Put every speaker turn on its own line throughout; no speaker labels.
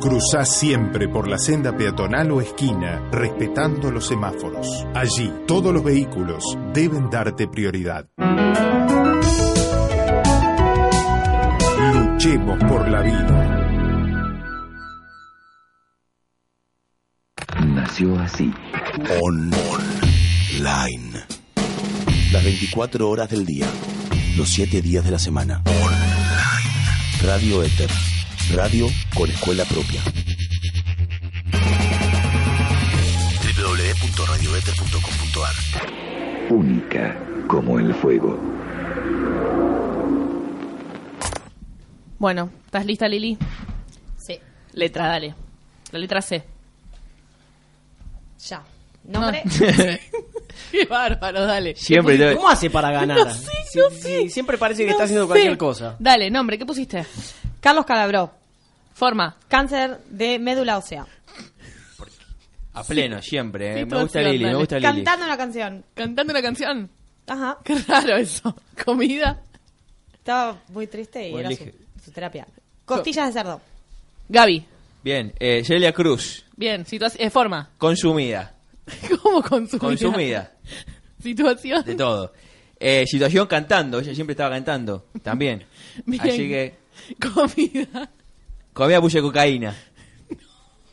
Cruzá siempre por la senda peatonal o esquina, respetando los semáforos. Allí, todos los vehículos deben darte prioridad. Luchemos por la vida.
Nació así.
Online. Las 24 horas del día. Los 7 días de la semana. Radio Éter. Radio con escuela propia. www.radioeter.com.ar
Única como el fuego.
Bueno, ¿estás lista, Lili?
Sí,
Letra, dale. La letra C.
ya. Nombre.
Qué bárbaro, dale.
Siempre te-
¿Cómo hace para ganar?
No sé, no
Sí,
sé.
sí, siempre parece que
No
está haciendo
sé.
cualquier cosa.
Dale, nombre, ¿qué pusiste?
Carlos Calabró.
Forma.
Cáncer de médula ósea.
a pleno, siempre. eh. Me
Situación,
gusta Lili, me
dale.
gusta Lili.
Cantando una canción.
Cantando una canción.
Ajá.
Qué raro eso. Comida.
Estaba muy triste y
Pues
Bueno,
era su,
elige.
su terapia. Costillas de cerdo.
Gaby.
Bien, eh, Celia Cruz,
Bien, situación. Eh, forma.
consumida.
¿Cómo consumida?
Consumida,
Situación.
de todo. Eh, situación cantando, ella siempre estaba cantando, también.
Bien.
Así que,
Comida.
comida puse cocaína.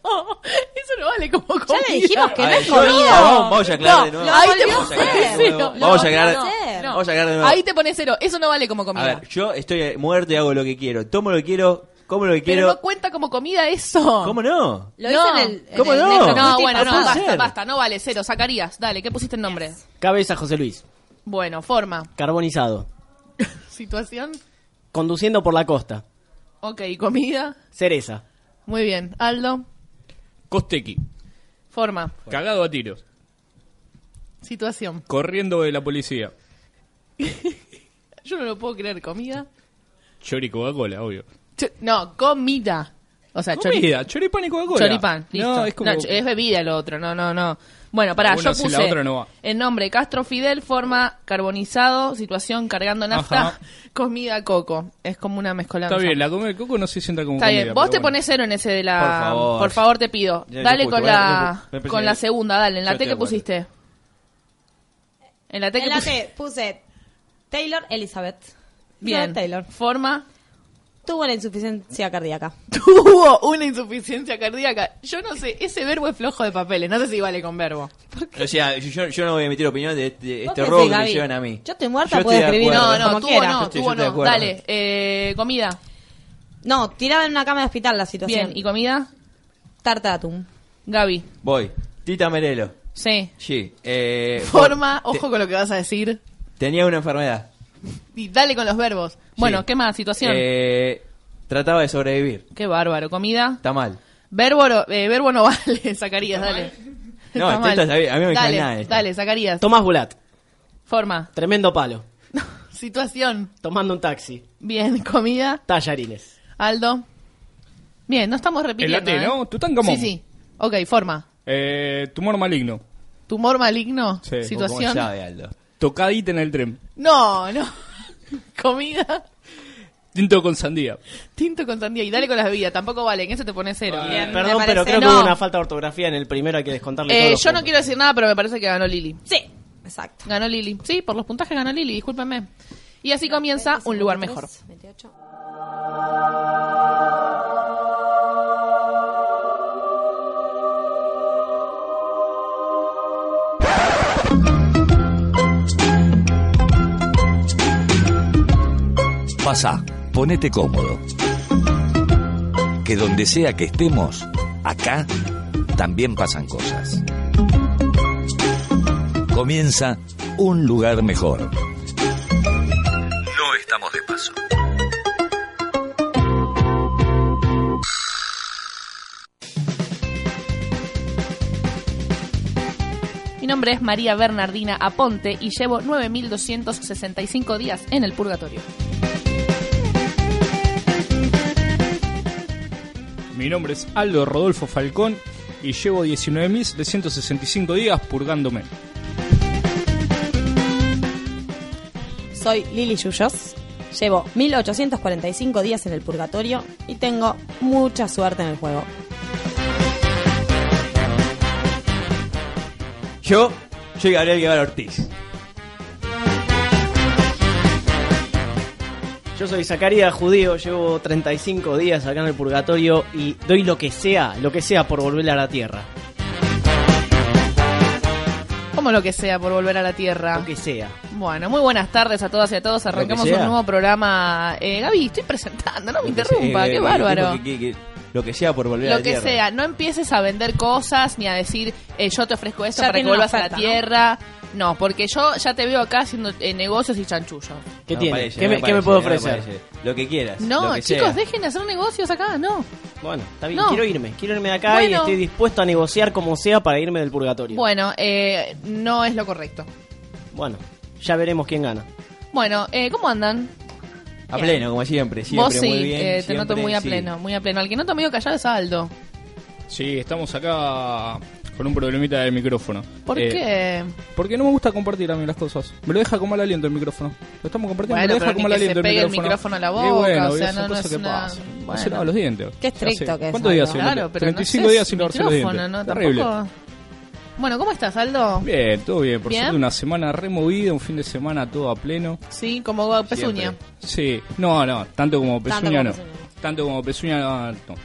Oh, eso no vale como comida.
le dijimos que
A
no
ver,
es
yo-
comida.
Vamos, vamos a aclarar de
No,
nuevo.
lo
ahí te
volvió
Vamos a aclarar
a
de
hacer.
nuevo.
Lo
Vamos a
volvió a
aclarar.
hacer.
Vamos a aclarar de nuevo.
Ahí te pones cero. Eso no vale como
A
comida.
ver, yo estoy muerto y hago lo que quiero. Tomo lo que quiero, como lo que
Pero
quiero.
no cuenta como comida eso.
¿Cómo no?
Lo
No.
hizo en el. en
¿Cómo
el-
no?
en el-
No,
No
bueno, no,
puede
basta,
ser.
basta, no vale, cero, sacarías. Dale, ¿qué pusiste en nombre?
Cabeza José Luis,
Bueno, forma,
carbonizado,
situación,
conduciendo por la costa,
ok, comida,
cereza,
muy bien. Aldo,
Costequi.
forma,
Cagado a tiros.
situación.
Corriendo de la policía.
Yo no lo puedo creer, comida.
Chori Coca-Cola, obvio.
Ch- no, comida. O sea, chori-
Comida, choripán y Coca-Cola.
choripán. Listo.
No, es como...
No, ch- es bebida lo otro, no, no, no. Bueno, pará,
Una
yo
sin la
puse
otra no va.
el nombre Castro Fidel, forma carbonizado, situación cargando nafta,
Ajá.
comida coco. Es como una mezcolanza.
Está bien, la comida de coco no se sienta como
Está
comida.
bien, vos
pero
te
bueno.
pones cero en ese de la...
Por favor.
te pido.
Ya, yo
Dale
justo,
con
voy a-
la,
yo- me
con la
presioné.
segunda, dale. En la
Yo
T
te
que
acuerdo.
pusiste. En la T que
En la
pusiste.
T puse Taylor Elizabeth.
Bien.
Elizabeth Taylor.
Forma.
Tuvo la insuficiencia cardíaca.
Tuvo una insuficiencia cardíaca. Yo no sé, ese verbo es flojo de papeles. No sé si vale con verbo.
O sea, yo, yo no voy a emitir opinión de, este-
¿Vos
este
qué
robo
decís,
que me
Gaby?
llevan a mí.
Yo estoy muerta, puedo
estoy de
escribir.
acuerdo.
No, no,
como
tuvo
quieras.
no,
Yo estoy-
tuvo
yo estoy de
no.
acuerdo.
Dale, eh, comida.
No, tirada en una cama de hospital la situación.
Bien, ¿y comida?
Tartatum.
Gaby.
Voy. Tita Merelo.
Sí.
Sí. Eh,
Forma,
te-
ojo con lo que vas a decir.
tenía una enfermedad.
Y dale con los verbos. Bueno,
Sí.
¿qué más? Situación.
Eh, trataba de sobrevivir.
Qué bárbaro. Comida.
Está mal.
Verbo, no- eh, verbo no vale, Zacarías, dale.
No,
Está
esta
mal.
está bien, a mí me
dale,
dijeron nada de esta.
Dale, Zacarías.
Tomás Bulat,
Forma.
tremendo palo,
Situación.
tomando un taxi,
Bien, comida.
tallarines,
Aldo. Bien, no estamos
El
repitiendo.
latte,
¿eh?
¿no? Tutankamón.
Sí, sí. Ok, forma.
Eh, tumor maligno.
Tumor maligno.
Sí. Vos
Vos cómo
Situación.
sabe, Aldo.
Tocadita en el tren.
No, no. comida.
Tinto con sandía.
Tinto con sandía. Y dale con las bebidas. Tampoco vale. En eso te pones cero.
Bien,
Perdón,
me parece-
pero creo que
no.
hubo una falta de ortografía en el primero, hay que descontarle todos
Eh,
los
yo no
puntos.
quiero decir nada, pero me parece que ganó Lili.
Sí, exacto.
Ganó Lili. Sí, por los puntajes ganó Lili, discúlpenme. Y así comienza un lugar mejor.
28.
Pasa, ponete cómodo. Que donde sea que estemos, acá también pasan cosas. Comienza un lugar mejor. No estamos de paso.
Mi nombre es María Bernardina Aponte y llevo 9.265 días en el purgatorio.
Mi nombre es Aldo Rodolfo Falcón y llevo 19.365 días purgándome.
Soy Lili Yuyos. Llevo 1845 días en el purgatorio y tengo mucha suerte en el juego.
yo soy Gabriel Guevara Ortiz.
Yo soy Zacarías Judío, llevo 35 días acá en el purgatorio y doy lo que sea, lo que sea por volver a la tierra.
Como lo que sea por volver a la Tierra.
Lo que sea.
Bueno, muy buenas tardes a todas y a todos. Arrancamos
sea.
un nuevo programa. Eh, Gaby, estoy presentando, no me
Lo que
interrumpa,
sea,
qué
eh,
bárbaro.
lo que- que- que- lo que sea por volver a
Lo
la
que
tierra.
sea, no empieces a vender cosas ni a decir eh, yo te ofrezco esto
Ya
para que
tiene una
vuelvas a la
oferta, ¿no?
tierra. ¿no? porque yo ya te veo acá haciendo eh, negocios y chanchullo.
¿Qué
No
tiene?
aparece,
¿Qué,
no
me, qué me
aparece,
puedo
no
ofrecer?
aparece. Lo que quieras. lo
No,
que
chicos,
sea.
dejen de hacer negocios acá, no.
Bueno, está bien,
No.
quiero irme, quiero irme de acá y
Bueno.
estoy dispuesto a negociar como sea para irme del purgatorio.
Bueno, eh, no es lo correcto.
Bueno, ya veremos quién gana.
Bueno, eh, ¿cómo andan?
A pleno, como siempre, siempre
Vos sí,
muy bien.
eh, te
siempre,
noto muy a
sí.
pleno, muy a pleno. Al que noto medio callado es Aldo.
Sí, estamos acá con un problemita del micrófono.
¿Por
Eh,
qué?
Porque no me gusta compartir a mí las cosas. Me lo deja como al aliento el micrófono. Lo estamos compartiendo,
Bueno,
me lo deja
pero
como
ni
al
que se
aliento
pegue el
el micrófono.
micrófono a la
Y
boca,
bueno,
o sea,
son
no- no
cosas
es
que
una-
pasan. No se
bueno.
lava los dientes.
Qué estricto
Ya sé.
que es,
¿Cuántos días
Aldo?
hace?
Claro, pero
35
no sé
días
si
sin lavarse los
micrófono,
dientes.
¿no?
Terrible.
Tampoco. Bueno, ¿cómo estás, Aldo?
Bien, todo bien. Por
Bien.
suerte una semana removida, un fin de semana todo a pleno.
Sí, como pezuña.
Sí, no, no, tanto como
Tanto
Pezuña
como
no.
Pezuña.
Tanto como Pezuña no. no.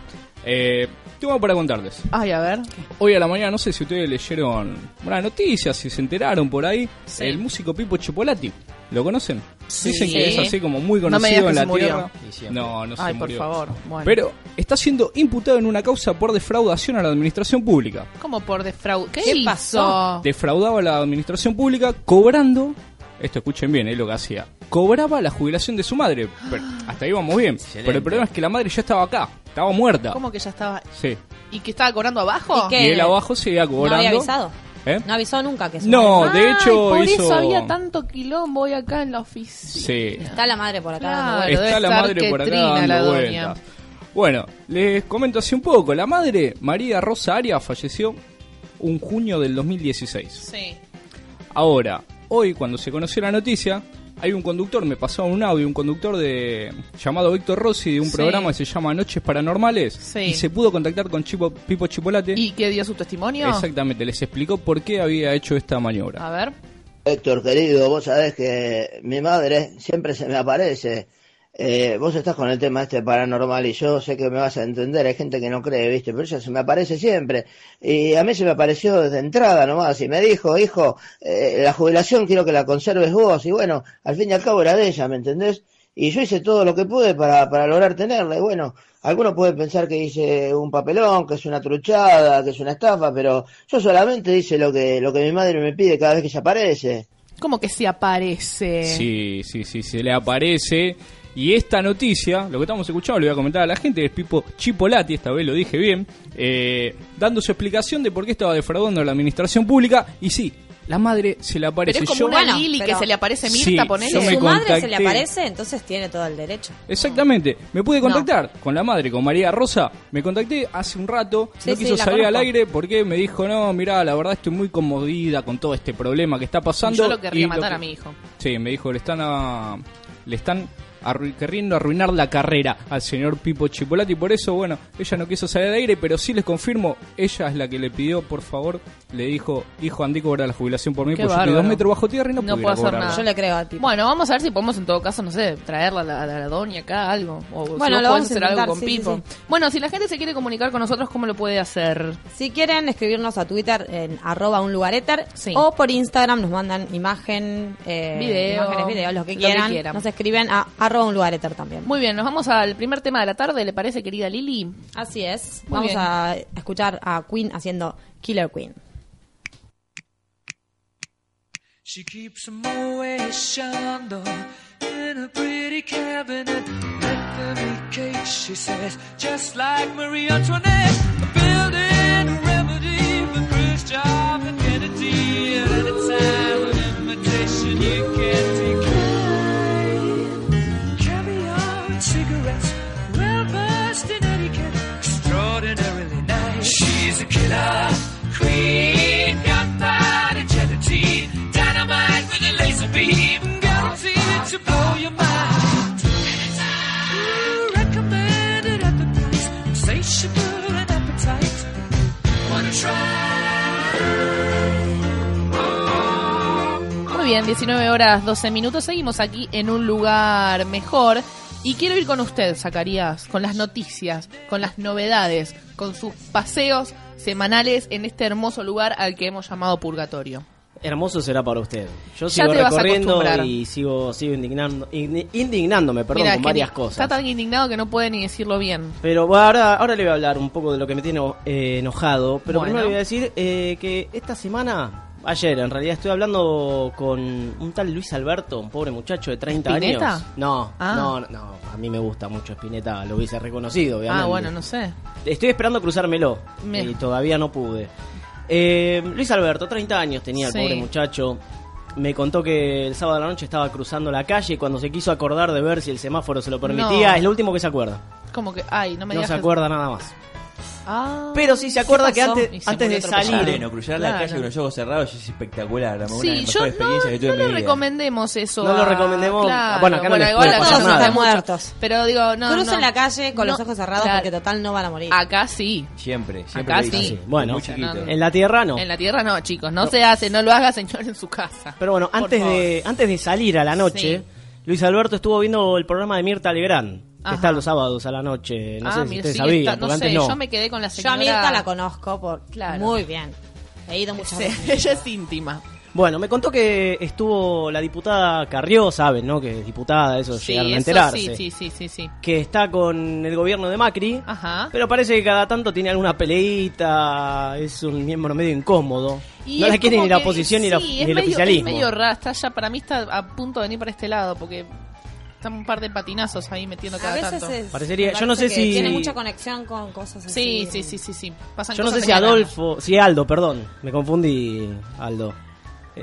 Eh, tengo para contarles.
Ay, a ver.
Hoy a la mañana, no sé si ustedes leyeron una noticia, si se enteraron por ahí,
Sí.
el músico Pipo Chipolati. ¿Lo conocen?
Sí.
Dicen que es así como muy
No me
conocido
digas que
en
se
la
murió.
tierra.
Y siempre.
No, no se
Ay, por
murió.
favor, bueno.
Pero está siendo imputado en una causa por defraudación a la administración pública.
Como por defraud... ¿Qué,
¿Qué
hizo?
pasó?
defraudaba a la administración pública cobrando, esto escuchen bien, es lo que hacía, cobraba la jubilación de su madre. Pero hasta ahí vamos bien. Pero el problema es que la madre ya estaba acá, estaba muerta.
¿Cómo Eh, que ya estaba?
Sí.
¿Y que estaba cobrando abajo?
¿Y qué?
Y él abajo seguía
No
cobrando.
había avisado.
¿Eh?
No avisó nunca que su
No,
madre-
de hecho
por
hizo-
eso había tanto quilombo hoy acá en la oficina.
Sí.
Ah, Está la madre por acá.
Claro.
dando vueltas.
Pero debe
Está la
estar
madre
que
por acá
trina
dando
la doña.
vueltas. Bueno, les comento así un poco. La madre, María Rosa Arias, falleció un junio del 2016.
Sí.
Ahora, hoy cuando se conoció la noticia, hay un conductor, me pasó un audio, un conductor de llamado Víctor Rossi de un
Sí.
programa que se llama Noches Paranormales
Sí.
y se pudo contactar con Chipo- Pipo Chipolate.
¿Y qué dio su testimonio?
Exactamente, les explicó por qué había hecho esta maniobra.
A ver.
Héctor, querido, vos sabés que mi madre siempre se me aparece. Eh, vos estás con el tema este paranormal y yo sé que me vas a entender, hay gente que no cree, ¿viste? Pero ella se me aparece siempre. Y a mí se me apareció desde entrada nomás y me dijo, hijo, eh, la jubilación quiero que la conserves vos. Y bueno, al fin y al cabo era de ella, ¿me entendés? Y yo hice todo lo que pude para, para lograr tenerla. Y bueno, algunos pueden pensar que hice un papelón, que es una truchada, que es una estafa, pero yo solamente hice lo que, lo que mi madre me pide cada vez que se aparece.
¿Cómo que se aparece?
Sí, sí, sí, se le aparece. Y esta noticia, lo que estamos escuchando, le voy a comentar a la gente, es Pipo Chipolati, esta vez lo dije bien, eh, dando su explicación de por qué estaba defraudando a la administración pública. Y sí, la madre se le aparece.
Pero es como
Yo-
una
Bueno,
Lili que
pero-
se le aparece Mirta,
Sí,
ponele.
yo me
Si su madre se le
contacté.
aparece, entonces tiene todo el derecho.
Exactamente, me pude contactar con la madre, con María Rosa, me contacté hace un rato,
Sí,
no
sí,
quiso
la
salir al
conozco.
aire porque me dijo, no, mirá, la verdad estoy muy conmovida con todo este problema que está pasando.
Yo lo querría
y
matar
que-
a mi hijo.
Sí, me dijo, le están a- le están arru- queriendo arruinar la carrera al señor Pipo Chipolati, por eso, bueno, ella no quiso salir al aire, pero sí les confirmo, ella es la que le pidió, por favor, le dijo, hijo, Andy cobra la jubilación por mí,
Qué
porque yo estoy dos
bárbaro.
metros bajo tierra y no,
No
pudiera
puedo hacer
cobrarla".
nada.
Yo le creo al tipo.
Bueno, vamos a ver si podemos en todo caso, no sé, traerla a la, a la doña acá, algo. O si
Bueno,
vos
lo
podés
vamos a
hacer algo
intentar,
con
sí, sí,
Pipo.
sí.
Bueno, si la gente se quiere comunicar con nosotros, ¿cómo lo puede hacer?
Si quieren escribirnos a Twitter en arroba un lugar éter,
Sí.
o por Instagram nos mandan imagen, eh,
Video,
imágenes, videos, lo que
lo que
quieran.
quieran.
Nos escriben a arroba un lugar éter también.
Muy bien, nos vamos al primer tema de la tarde, ¿le parece, querida Lili?
Así es.
Muy
Vamos
bien.
a escuchar a Queen haciendo Killer Queen.
She keeps them always shined in a pretty cabinet. Memory cake, she says, just like Marie Antoinette. A building, a remedy for Khrushchev and Kennedy. At any time, an invitation you can't decline. Caviar and cigarettes, well versed in etiquette, extraordinarily nice. She's a killer queen, gunpowder gelatine, dynamite with a laser beam, guaranteed to blow your mind. Ooh, recommended at the price, insatiable and appetite. Wanna try?
bien, 19 horas 12 minutos. Seguimos aquí en un lugar mejor. Y quiero ir con usted, Zacarías, con las noticias, con las novedades, con sus paseos semanales en este hermoso lugar al que hemos llamado Purgatorio.
Hermoso será para usted. Yo
Ya
sigo
te vas a
recorriendo
acostumbrar.
y sigo, sigo indignando, igni- indignándome perdón,
Mira,
con
que
varias
ni- Está
cosas.
tan indignado que no puede ni decirlo bien. Ah,
Pero bueno, ahora, ahora le voy a hablar un poco de lo que me tiene eh, enojado. Pero
Bueno.
primero le voy a decir eh, que esta semana, ayer en realidad, estoy hablando con un tal Luis Alberto, un pobre muchacho de 30
¿Spinetta?
años. No,
Ah.
no, no, a mí me gusta mucho Spinetta, lo hubiese reconocido, obviamente.
Ah, bueno, no sé.
Estoy esperando cruzármelo
Me-
y todavía no pude. Eh, Luis Alberto, 30 años tenía el
Sí.
pobre muchacho. Me contó que el sábado de la noche estaba cruzando la calle y cuando se quiso acordar de ver si el semáforo se lo permitía,
No.
es lo último que se acuerda.
Como que, ay, no me
No
digas
se
que-
acuerda nada más.
Ah,
Pero sí se acuerda que
pasó?
antes,
Y se
antes
murió
de
atropellado.
salir.
Pleno, cruzar la
Claro.
calle con los ojos cerrados es espectacular. Una de
Sí,
las
yo
mejores
no,
experiencias que tuve
no
en mi
lo
vida.
recomendemos eso.
No lo
a-
recomendemos. Ah,
Claro.
Bueno, acá no les
igual
puede
acá
pasar
no
nada.
sabe mucho.
Muertos.
Pero digo, no.
Crucen
no.
la calle con los
No,
ojos cerrados
claro. Ah,
porque total no van a morir.
Acá sí.
Siempre, siempre.
Acá
lo hice
sí.
así,
Bueno,
muy chiquito.
no, no.
En la tierra no.
En la tierra no, chicos. No, se hace, no lo haga, señor, en su casa.
Pero bueno,
Por
antes de, antes de salir a la noche,
Sí.
Luis Alberto estuvo viendo el programa de Mirta Legrand, que
Ajá.
está los sábados a la noche. No
ah,
sé si
mira,
ustedes
sí,
sabían,
está-
porque
no sé,
antes no.
yo me quedé con la
Yo a
señora.
Mirta la conozco por
Claro.
muy bien. He ido muchas veces.
Ella es íntima.
Bueno, me contó que estuvo la diputada Carrió, saben, ¿no? Que es diputada, eso
Sí,
llegaron a
eso
enterarse.
sí, sí, sí, sí, sí.
Que está con el gobierno de Macri,
Ajá.
pero parece que cada tanto tiene alguna peleita, es un miembro medio incómodo.
Y
no
es
la quiere
como
ni la
que-
oposición ni, la-
sí,
ni
es
el
medio-
oficialismo.
Es medio raro, está ya, para mí está a punto de venir para este lado, porque están un par de patinazos ahí metiendo cada
A veces
tanto.
es-
Parecería-
me
yo no
parece
sé
que
si-
Tiene mucha conexión con cosas así.
Sí, sí, sí, sí, sí. Pasan
Yo no sé
cosas
si
medio
Adolfo, si Aldo, perdón, me confundí, Aldo.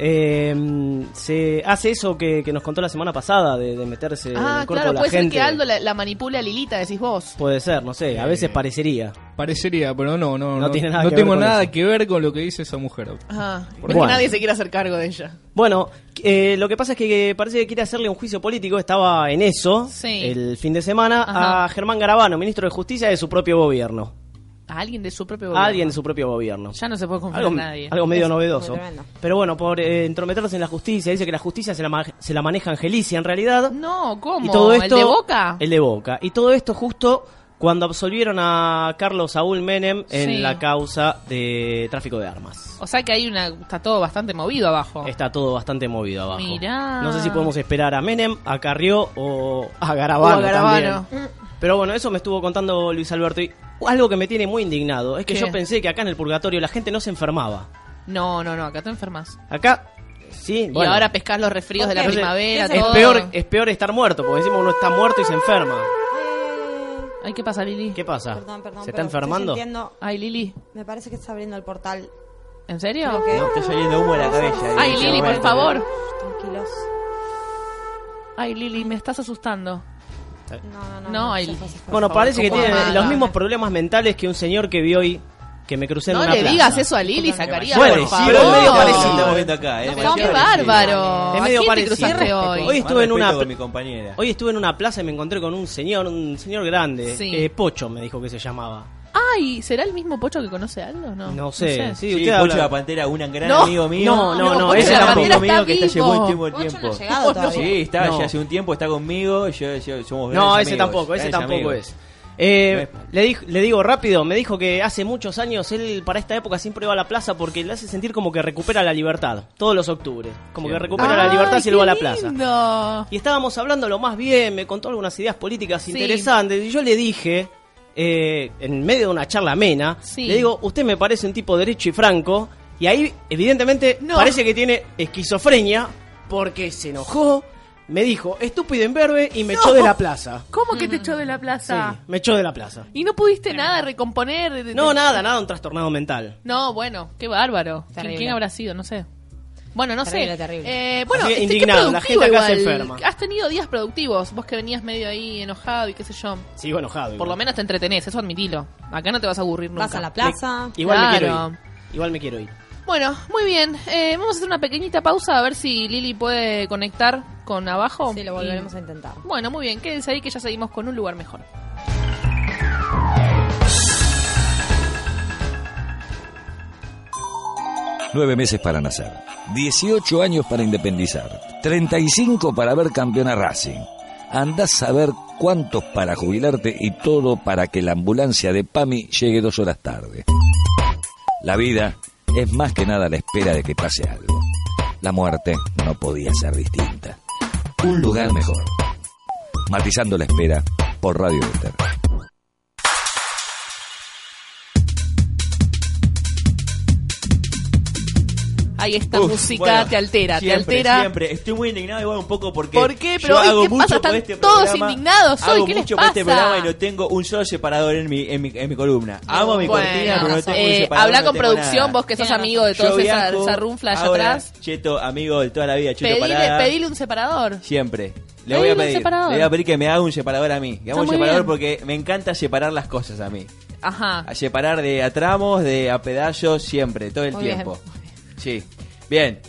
Eh, se hace eso que, que nos contó la semana pasada de, de meterse
raras.
en
Ah,
eh, el cuerpo
claro,
de la
puede ser
gente.
que Aldo la, la manipule a Lilita, decís vos.
Puede ser, no sé, a veces parecería.
Parecería, pero no, no,
No
no,
tiene nada
no
que ver
tengo
con
nada
eso.
que ver con lo que dice esa mujer.
Ah,
Por-
que
Bueno.
nadie se quiere hacer cargo de ella.
Bueno, eh, lo que pasa es que parece que quiere hacerle un juicio político, estaba en eso
Sí.
el fin de semana,
Ajá.
a Germán Garabano, ministro de Justicia de su propio gobierno.
A alguien de su
A
propio gobierno.
alguien de su propio gobierno.
Ya no se puede confiar
Algo,
en nadie.
algo medio
Es
novedoso.
muy tremendo.
Pero bueno, por eh, entrometerse en la justicia, dice que la justicia se la, ma- se la maneja Angelicia en realidad.
No, ¿cómo?
Y todo esto,
¿El de Boca?
El de Boca. Y todo esto justo cuando absolvieron a Carlos Saúl Menem en
Sí.
la causa de tráfico de armas.
O sea que hay una... Está todo bastante movido abajo.
Está todo bastante movido abajo.
Oh. Mirá.
No sé si podemos esperar a Menem, a Carrió o a Garabano,
O a Garabano.
también. Pero bueno, eso me estuvo contando Luis Alberto. Y algo que me tiene muy indignado es que
¿Qué?
yo pensé que acá en el purgatorio la gente no se enfermaba.
No, no, no, acá te enfermas.
Acá, sí,
Y
bueno.
ahora pescás los resfríos de la
Entonces,
primavera,
es
todo.
peor, es peor estar muerto, porque decimos uno está muerto y se enferma.
Eh,
Ay, ¿qué pasa, Lili?
¿Qué pasa?
Perdón, perdón.
Ah, ¿Se está
pero estoy
enfermando?
sintiendo-
Ay, Lili.
Me parece que está abriendo el portal.
¿En serio?
Creo que-
No, está saliendo humo de la cabeza. ahí,
Ay,
en ese
Lili, por
momento.
favor.
Tranquilos.
Ay, Lili, me estás asustando.
No, no, no.
No, ahí.
ya fue, ya
Bueno,
fue, por favor.
parece que
¿cómo
tiene
amada?
los mismos problemas mentales que un señor que vi hoy que me crucé en
No
una
le
plaza.
digas eso a Lili, Zacarías,
Demasiado
Bueno,
por
sí, pero es medio
favor.
parecido, lo que
parecido.
Estamos viendo acá, ¿eh?
No,
Demasiado
qué
parecido.
bárbaro.
Es medio
¿A quién te
parecido.
cruzaste hoy?
Hoy estuve
Más
en
respeto
una
con mi compañera.
Hoy estuve en una plaza y me encontré con un señor, un señor grande,
Sí.
eh, Pocho me dijo que se llamaba.
Ay, ¿será el mismo Pocho que conoce a Aldo? No,
No sé, sí,
Sí,
usted
Pocho
habla-
la Pantera, un gran
No,
amigo mío.
no, no, no,
Pocho
ese
la
no.
Pocho
Pantera amigo que está
está
hace buen
vivo.
tiempo.
Pocho no
tiempo.
ha llegado todavía.
Sí, está,
No.
ya hace un tiempo está conmigo, yo, yo- somos
No,
grandes
ese
amigos,
tampoco, ese
grandes
tampoco
amigos.
es. Eh,
No es-
le, dij- le digo rápido, me dijo que hace muchos años él para esta época siempre va a la plaza porque le hace sentir como que recupera la libertad, todos los octubres, como que
Siempre.
recupera la libertad si
si
él va a la plaza.
Lindo.
Y estábamos hablando lo más bien, me contó algunas ideas políticas
Sí.
interesantes. Y yo le dije, eh, en medio de una charla amena,
Sí.
le digo, usted me parece un tipo derecho y franco. Y ahí, evidentemente,
No.
parece que tiene esquizofrenia porque se enojó, me dijo, estúpido imberbe y me echó de la plaza.
¿Cómo que te echó de la
Sí,
plaza?
me echó de la plaza.
¿Y no pudiste nada recomponer? de- de-
No, nada, nada, un trastornado mental.
No, bueno, qué bárbaro. ¿Qui-
Terrible.
¿Quién habrá sido? No sé. Bueno, no
Terrible,
sé.
terrible.
Eh, bueno,
Así que
este, qué
indignado, la
productivo
gente acá se
igual.
enferma.
Has tenido días productivos, vos que venías medio ahí enojado y qué sé yo.
Sigo enojado.
Por lo
igual.
menos te entretenés, eso admitilo. Acá no te vas a aburrir nunca.
Vas a la plaza.
Igual
Claro.
me quiero ir. Igual me quiero ir.
Bueno, muy bien. Eh, vamos a hacer una pequeñita pausa a ver si Lili puede conectar con abajo.
Sí, lo volveremos a intentar.
Y- Bueno, muy bien. Quédense ahí que ya seguimos con un lugar mejor.
9 meses para nacer, 18 años para independizar, 35 para ver campeón a Racing. Andás a ver cuántos para jubilarte y todo para que la ambulancia de PAMI llegue dos horas tarde. La vida es más que nada la espera de que pase algo. La muerte no podía ser distinta. Un lugar mejor. Matizando la espera por Radio Inter.
Ahí esta
Uf,
música
bueno,
te altera,
siempre,
te altera.
Siempre, estoy muy indignado igual un poco porque
¿Por qué?
yo
Pero hoy,
hago
¿qué
mucho
pasa?
por
Están
este
todos
programa,
indignados hoy,
hago
¿qué les
mucho por este
pasa?
programa y no tengo un solo separador en mi, en mi, en mi columna. Amo mi
Bueno,
cortina, pero no tengo un
eh,
separador.
habla
no
con
tengo
producción,
nada.
vos que sos amigo de todos
Yo
esa,
viajo
esa runfla allá
ahora,
atrás.
Cheto, amigo de toda la vida, Cheto
Pedile,
Parada.
pedile un separador.
Siempre. Le voy a
Pedile un
pedir.
separador.
Le voy a pedir que me haga un separador a mí. Que haga un
muy bien.
separador
Ah.
porque me encanta separar las cosas a mí.
Ajá.
A separar de a tramos, de a pedazos, siempre, todo el
Muy
tiempo. Sí. Bien.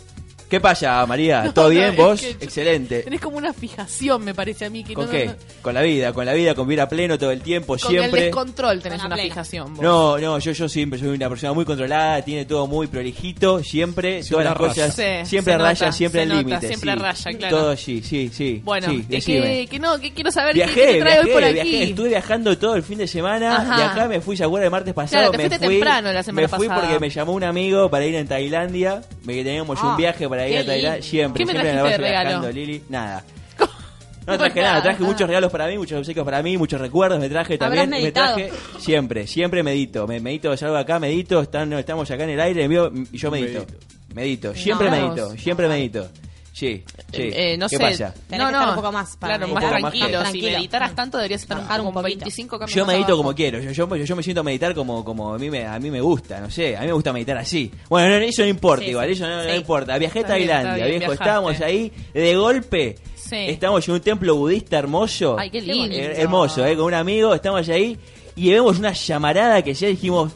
¿Qué pasa, María? ¿Todo bien?
no,
¿Vos?
es que yo-
Excelente.
Tenés como una fijación, me parece a mí. Que
¿Con
no-
qué?
no-
Con la vida, con la vida, con vivir a pleno todo el tiempo,
con el
siempre.
descontrol tenés una fijación. vos.
No, no, yo, yo siempre soy una persona muy controlada, tiene todo muy prolijito, siempre,
Siempre
todas
a
las
raya.
cosas,
Sí,
siempre
se
a raya,
nota,
siempre
se
al
nota,
límite.
siempre a
sí.
raya, claro.
Todo sí, sí, sí.
Bueno,
sí,
que,
decime.
que- que no, que quiero saber qué-
Viajé,
qué, te trae hoy
viajé,
por aquí.
viajé, estuve viajando todo el fin de semana.
Ajá.
De acá me fui, ¿se acuerda? El martes pasado
Claro, te
me
fuiste
fui.
temprano la semana
me fui
pasada.
porque me llamó un amigo para ir a Tailandia. Me que teníamos
Ah,
un viaje para ir
qué
a Tailandia.
lindo.
Siempre,
¿Qué me
siempre
trajiste
la
de
vas
regalo?
viajando, Lili. Nada. No traje nada, traje muchos regalos para mí, muchos obsequios para mí, muchos recuerdos me traje
Habrás
también. Me
meditado.
traje siempre, siempre medito. Me, medito, salgo acá, medito, están- estamos acá en el aire mío, y yo medito. Medito, siempre
No.
medito, siempre medito. Sí, sí.
Eh, no
¿Qué
sé.
pasa?
No,
que
no.
estar un poco más para
claro,
meditar.
más
Un poco más
tranquilo. Si
tranquilo.
meditaras tanto, deberías estar un, como 25 cambios
Yo
más
medito
abajo.
como quiero, yo, yo, yo me siento a meditar como, como a, mí me, a mí me gusta, no sé, a mí me gusta meditar así. Bueno, no, eso no importa
Sí,
igual,
sí,
eso no, no
sí.
importa. Viajé a
Está bien, está
Tailandia,
bien,
viejo,
viajaste.
estábamos ahí, de golpe,
Sí.
estamos en un templo budista hermoso.
Ay, qué lindo.
Eh, Hermoso, eh, con un amigo, estamos ahí y vemos una llamarada que ya dijimos...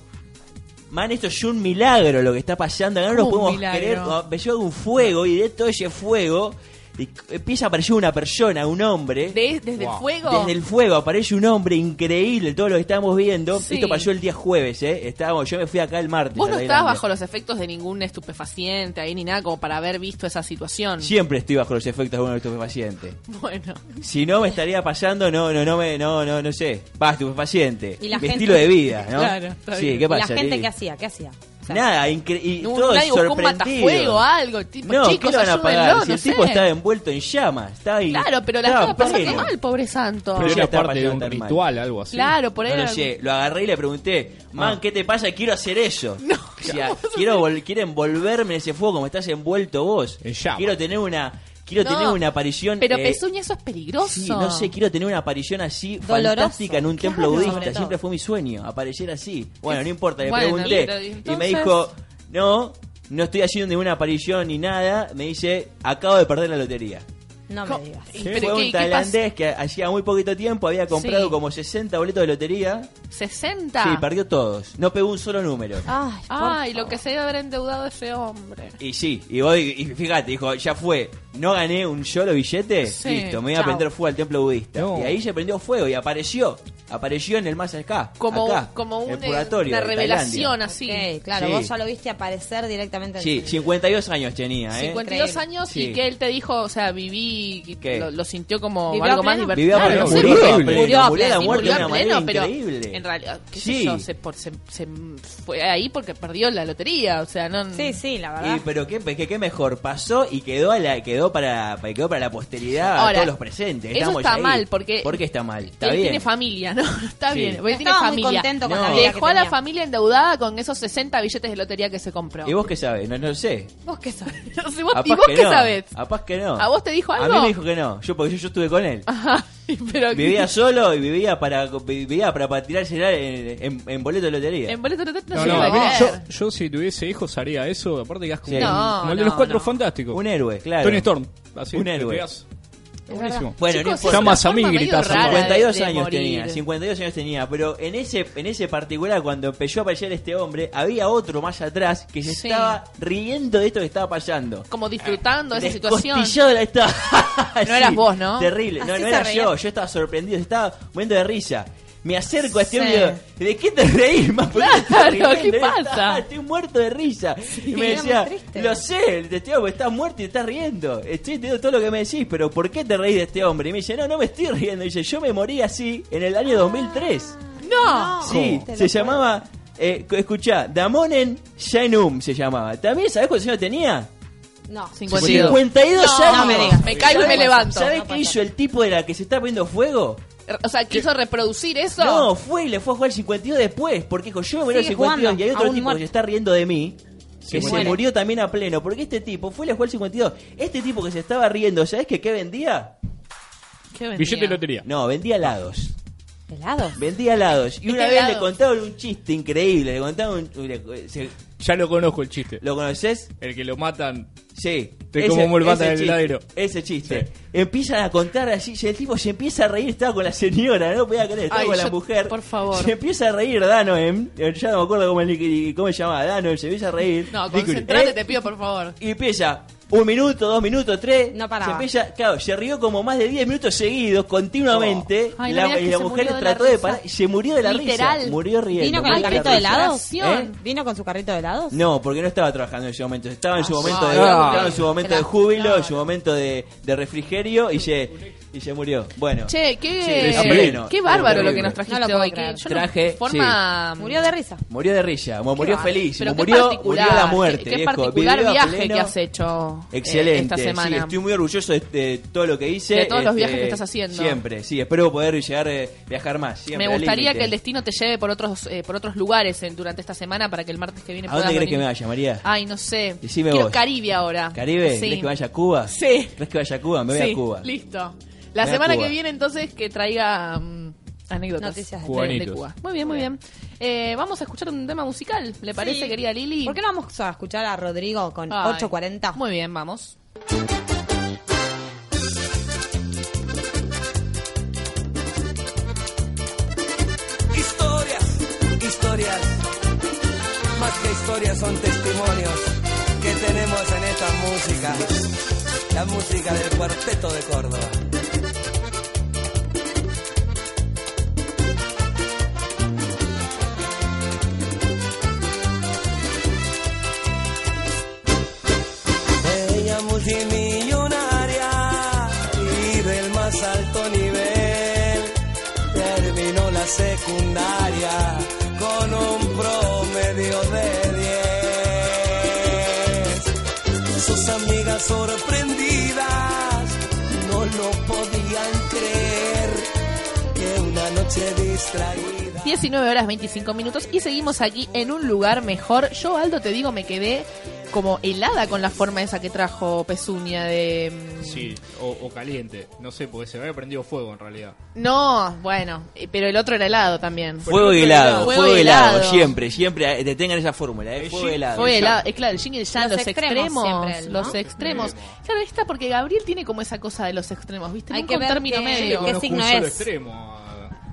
Man, esto es un milagro lo que está pasando. acá No lo
¿Cómo un
podemos
milagro?
creer. Empezó un fuego y de todo ese fuego y empieza a aparecer una persona, un hombre.
De- ¿Desde el fuego?
Desde el fuego aparece un hombre increíble, todo lo que estábamos viendo.
Sí.
Esto pasó el día jueves, ¿eh? Estábamos, yo me fui acá el martes.
Vos
a
no
Tailandia.
estabas bajo los efectos de ningún estupefaciente ahí ni nada como para haber visto esa situación.
Siempre estoy bajo los efectos de uno de estos pacientes.
Bueno.
Si no me estaría pasando, no, no, no me, no, no, no sé. Vas, tu paciente.
Y
Mi
la gente-
estilo de vida, ¿no?
Claro, está
sí,
bien.
¿qué
¿Y
pasa?
la gente
Lili?
que hacía, ¿qué hacía? O sea,
Nada, incre- y
No,
todo
nadie buscó un
sorprendido.
matafuego o algo. ah, Tipo,
no,
chicos,
¿qué lo van a pagar?
ayúdenlo,
si
no
el tipo
sé.
estaba envuelto en llamas, estaba ahí.
Claro, pero la
estaba
estaba pasando
pleno.
mal, pobre santo.
Pero
Pero
ya
era
está
parte de un
pasando tan mal.
ritual, algo así.
Claro, por ahí
No lo
era- Ah.
sé, lo agarré y le pregunté, man, ¿qué te pasa? Quiero hacer eso. o sea, quiero, vol- quiero envolverme en ese fuego como estás envuelto vos.
En llamas.
Quiero tener una, quiero
No,
tener una aparición.
Pero
eh,
Pezuña, eso es peligroso.
sí, no sé, quiero tener una aparición así
Doloroso.
fantástica en un
Claro,
templo
sobre
budista.
todo.
Siempre fue mi sueño, aparecer así. Bueno, no importa, le
Bueno,
pregunté.
pero, ¿y
Y me
entonces?
dijo, no, no estoy haciendo ninguna aparición ni nada. Me dice, acabo de perder la lotería.
no me digas.
Y
Fue
pero
un
¿qué- qué
tailandés que hacía muy poquito tiempo había comprado
Sí.
como 60 boletos de lotería.
pasó? 60.
Sí, perdió todos. No pegó un solo número.
Ah.
Ay, por
Ay, lo
favor.
que se debe haber endeudado ese hombre.
Y sí, y voy, y fíjate, dijo, ya fue, no gané un solo billete,
Sí,
listo, me voy a
chao.
prender fuego al templo budista.
No.
Y ahí se prendió fuego y apareció, apareció en el más acá,
Como,
acá,
un- como
el
un- eh,
purgatorio
una
de
revelación
Tailandia.
así.
Ok, claro,
Sí.
vos ya lo viste aparecer directamente en
Sí, 52 años tenía, ¿eh?
52
Increíble.
años y
Sí.
que él te dijo, o sea, viví,
¿Qué?
lo, lo sintió como
¿Vivió
algo
a
más
pleno?
divertido.
Vivió a pleno,
Claro,
murió
sí,
a
sí,
pleno,
murió a
pleno,
la muerte
murió
de
a
una manera
pleno, pero
increíble.
En realidad, qué sé
Sí.
yo, se, por- se- se fue ahí porque perdió la lotería, o sea, no...
Sí, sí, la verdad.
Y,
Ah.
pero qué, qué, qué mejor, pasó y quedó a la, quedó para, para- quedó para la posteridad a
Ahora,
todos los presentes.
eso
Estamos
está
ahí.
mal, porque-
¿Por qué está mal? Está
él
bien.
tiene familia, ¿no? Está
Sí.
bien, porque él tiene
Estaba muy
familia.
contento con
No.
la vida que
Dejó a la
tenía.
familia endeudada con esos 60 billetes de lotería que se compró.
¿Y vos qué sabes? No, no sé.
¿Vos qué sabés?
No sé, vos-
Capaz
¿Y vos
que
qué
no,
sabés?
Capaz que no.
¿A vos te dijo
A
algo? Ah,
mí me dijo que no. Yo porque yo, yo estuve con él.
Ajá, pero
Vivía solo y vivía para vivía para, para tirarse en, en, en boleto de lotería.
en boleto de lotería
No,
no, se
no,
puede
mira,
creer.
yo, yo si tuviese hijos haría eso, aparte que es como,
Sí.
No,
como el de
no,
los cuatro
no.
fantásticos.
Un héroe, claro.
Tony Storm, así,
Un
te
héroe.
pegás. Buenísimo.
Bueno, no
Chicos,
importa.
es una
Llamas a mí,
forma medio
gritás a
rara de-
52
de
años
morir.
tenía, 52 años tenía, pero en ese en ese particular cuando empezó a aparecer este hombre, había otro más atrás que se
Sí.
estaba riendo de esto que estaba pasando.
Como disfrutando de esa situación.
Descostillado la estaba.
No eras vos, ¿no?
Terrible. No,
Así
no
se
era
reía.
yo. Yo estaba sorprendido. Estaba muriendo de risa. me acerco a este
Sí.
hombre y digo, ¿de qué te reís más? ¿Por te
Claro,
estás
¿qué
riendo?
pasa?
Ah, Estoy muerto de risa. y me
era muy
decía,
triste.
lo sé, de este hombre estás muerto y estás riendo. Estoy entendiendo todo lo que me decís, pero ¿por qué te reís de este hombre? Y me dice, no, no me estoy riendo. Y dice, yo me morí así en el
Ah.
año 2003.
No.
Sí, se llamaba. Eh, escuchá, Damonen Shainum se llamaba. ¿También sabés cuántos años tenía?
No,
52.
52
No,
años.
no me digas. Me caigo y me levanto.
¿Sabés
No
qué
pasa.
hizo el tipo de la que se está poniendo fuego?
O sea, quiso reproducir eso.
No, fue y le fue a jugar el 52 después. Porque dijo, yo me morí al
Sigue
52
jugando,
y hay otro
aún
tipo
muerto.
que se está riendo de mí.
Se
Que se
muere.
murió también a pleno. Porque este tipo fue y le jugó al 52. Este tipo que se estaba riendo, ¿sabés que qué vendía?
¿Qué vendía?
Billete de lotería.
No, vendía helados.
¿Helado?
Vendía helados. Y una
¿Qué
vez le
helados?
contaron un chiste increíble. Le contaron un... le- se-
Ya lo conozco el chiste.
¿Lo conoces?
El que lo matan.
Sí.
Te como mulbata
ese
del
chiste,
heladero.
Ese chiste.
Sí.
Empiezan a contar así. y El tipo se empieza a reír. Estaba con la señora, no podía creer. Estaba
Ay,
con la
yo-
mujer.
por favor.
Se empieza a reír Danoem. eh, Ya no me acuerdo cómo, el- cómo se llamaba Danoem. Se empieza a reír.
No,
Ridículo.
concentrate,
Eh,
te pido, por favor.
Y empieza. Un minuto, dos minutos, tres.
No paraba.
Se empieza, claro, se rió como más de diez minutos seguidos, continuamente.
Oh. Ay, no
la,
digas
y
que
la
se
mujer
murió de la
trató de
risa.
parar. y Se murió de la
Literal.
risa. Murió riendo.
¿Vino con
murió
el
Ay, qué
carrito de helados?
frustración.
¿Eh? ¿Vino con su carrito de helados?
no, porque no estaba trabajando en ese momento. Estaba en su momento de,
sí. Ah.
estaba en su momento de
Claro.
júbilo, en su momento de, de refrigerio y se, y se murió. Bueno,
Che, qué,
Sí, sí. Bueno,
qué bárbaro lo que
terrible.
nos
No
trajiste
lo puedo
hoy.
creer.
que yo no-
Traje,
forma...
Murió de risa.
murió de risa, mo- murió
Qué
feliz,
bárbaro. Pero qué
murió, murió
particular,
a la muerte.
Qué, qué
viejo.
particular
Vivió a
viaje
pleno.
que has hecho eh,
Excelente,
esta
sí,
semana.
estoy muy orgulloso de, de todo lo que hice. este,
De todos los viajes que estás haciendo.
Siempre, sí, espero poder llegar eh, viajar más. siempre,
Me
al
gustaría
límite.
que el destino te lleve por otros eh, por otros lugares en- durante esta semana para que el martes que viene
¿A dónde
puedas
crees que
venir.
me vaya, María?
Ay, no sé.
Decime
Quiero
vos.
Caribe ahora.
¿Caribe?
Sí.
¿Crees que vaya a Cuba?
Sí.
¿Crees que vaya a Cuba? Me voy
Sí,
a Cuba.
Listo. La
Me voy a
semana
Cuba.
que viene entonces que traiga mm, anécdotas
Noticias de
de, de
Cubanitos.
Cuba. Muy bien, muy bien. Eh, vamos a escuchar un tema musical, ¿le parece,
Sí.
querida Lili?
¿Por qué no vamos a escuchar a Rodrigo con
Ay,
8.40?
Muy bien, vamos.
Historias, historias, más que historias son testimonios que tenemos en esta música, la música del cuarteto de Córdoba. Ella multimillonaria y del más alto nivel. Terminó la secundaria con un promedio de 10. Sus amigas sorprendidas no lo podían creer que una noche distraída.
19 horas 25 minutos y seguimos aquí en un lugar mejor. Yo, Aldo, te digo, me quedé como helada con la forma esa que trajo Pezuña de... mm,
Sí, o, o caliente. No sé, porque se me había prendido fuego en realidad.
No, bueno, eh, pero el otro era helado también.
Fuego y helado,
Fuego y
fuego y helado,
helado.
siempre, siempre eh, te tengan esa fórmula, eh,
Eh,
fuego
sí,
y helado.
Fue helado, eh, claro, el yin y el yang, los,
Los
extremos,
extremos siempre él, ¿no?
los extremos. Claro, ahí está porque Gabriel tiene como esa cosa de los extremos, ¿viste?
Hay
Nunca
que
un
ver
término
qué-
medio.
qué
Conozco un
signo
solo
es?
extremo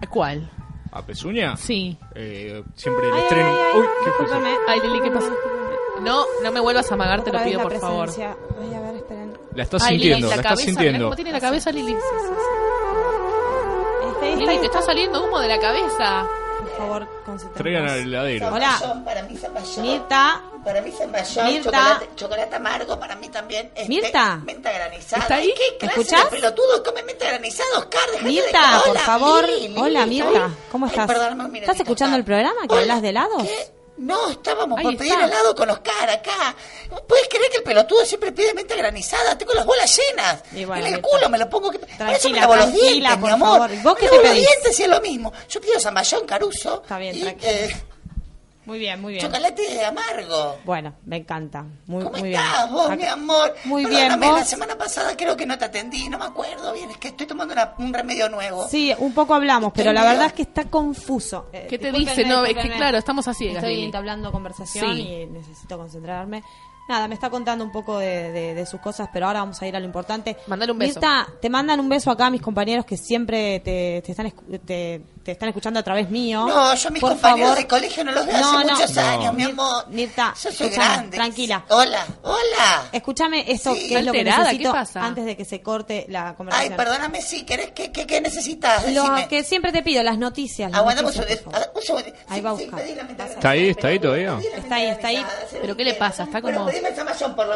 a,
¿Cuál?
a Pezuña.
Sí.
Eh, siempre el
Ay, ay,
estreno.
ay,
Uy,
ay,
¿qué pasó?
discúlpame.
Ay, Lili, ¿qué pasa? No, no me vuelvas a amagar, te
Otra
lo
vez
pido
la
por favor.
presencia. Voy a ver, esperen.
La estás
Ay, Lili,
sintiendo, la, estás
cabeza, mirá
sintiendo.
cómo
Ah,
tiene la cabeza Lili?
Este, este,
Lili, te
este.
está saliendo humo de la cabeza.
Por favor, concentremos.
Traigan al heladero.
Hola,
Para mí zapallón.
Mirta.
Para mí zapallón.
Mirta.
Chocolate, chocolate amargo para mí también. Este,
Ah. Mirta.
Menta granizada.
¿Está ahí?
¿Qué clase
¿Escuchás?
de pelotudo come menta granizada, Oscar? Dejate de
Mirta,
joder.
por
Hola,
favor.
Lili,
Hola,
Lili,
Mirta.
¿está ahí?
¿Cómo
Ay,
estás?
perdóname un minutito,
¿Estás escuchando
Oscar.
el programa que
Hola,
hablas de helados?
¿qué? No, estábamos
Ahí
por pedir
está.
helado con Oscar acá. ¿Puedes creer que el pelotudo siempre pide menta granizada? Tengo las bolas llenas.
Y bueno,
en el
Mirta.
culo me lo pongo. Que... Por eso me
Tranquila,
lavo los
tranquila,
dientes,
por
mi amor.
favor. ¿Vos qué
me
te
lavo los
pedís?
dientes y es lo mismo. Yo pido zapallón caruzo.
Está bien,
y,
tranquila.
eh,
Muy bien, muy bien.
chocolate amargo.
Bueno, me encanta. Muy,
¿Cómo
muy bien.
estás vos,
Acá-
mi amor?
Muy bien,
Perdóname,
vos.
La semana pasada creo que no te atendí, no me acuerdo bien. Es que estoy tomando una- un remedio nuevo.
Sí, un poco hablamos, pero la
Mira.
verdad es que está confuso. Eh,
¿Qué te
discúlpenme,
dice? No, es que
discúlpenme.
claro, estamos a ciegas,
Estoy
Lili.
entablando conversación
Sí.
y necesito concentrarme. Nada, me está contando un poco de, de- de sus cosas, pero ahora vamos a ir a lo importante. Mandale
un beso.
te mandan un beso acá a mis compañeros que siempre te, te están, escu- te, te están escuchando a través mío.
No, yo a mis
Por
compañeros
favor.
de colegio no los veo
No,
hace
no.
muchos
No.
años, mi amor.
Mirta,
Yo soy
escúchame,
grande.
tranquila.
Hola, hola.
Escúchame esto
Sí.
que es lo que
Alterada, ¿qué
necesito
pasa?
antes de que se corte la
Ay,
conversación.
perdóname, sí, ¿querés, qué, qué, qué necesitas?
Lo
Decime.
que siempre te pido, las noticias. las
Aguantame un
noticias,
segundo,
por favor.
un segundo.
Ahí va a buscar.
¿Está ahí? ¿Está ahí todavía?
Está ahí, está ahí.
¿Pero
eh,
qué le pasa? Está como...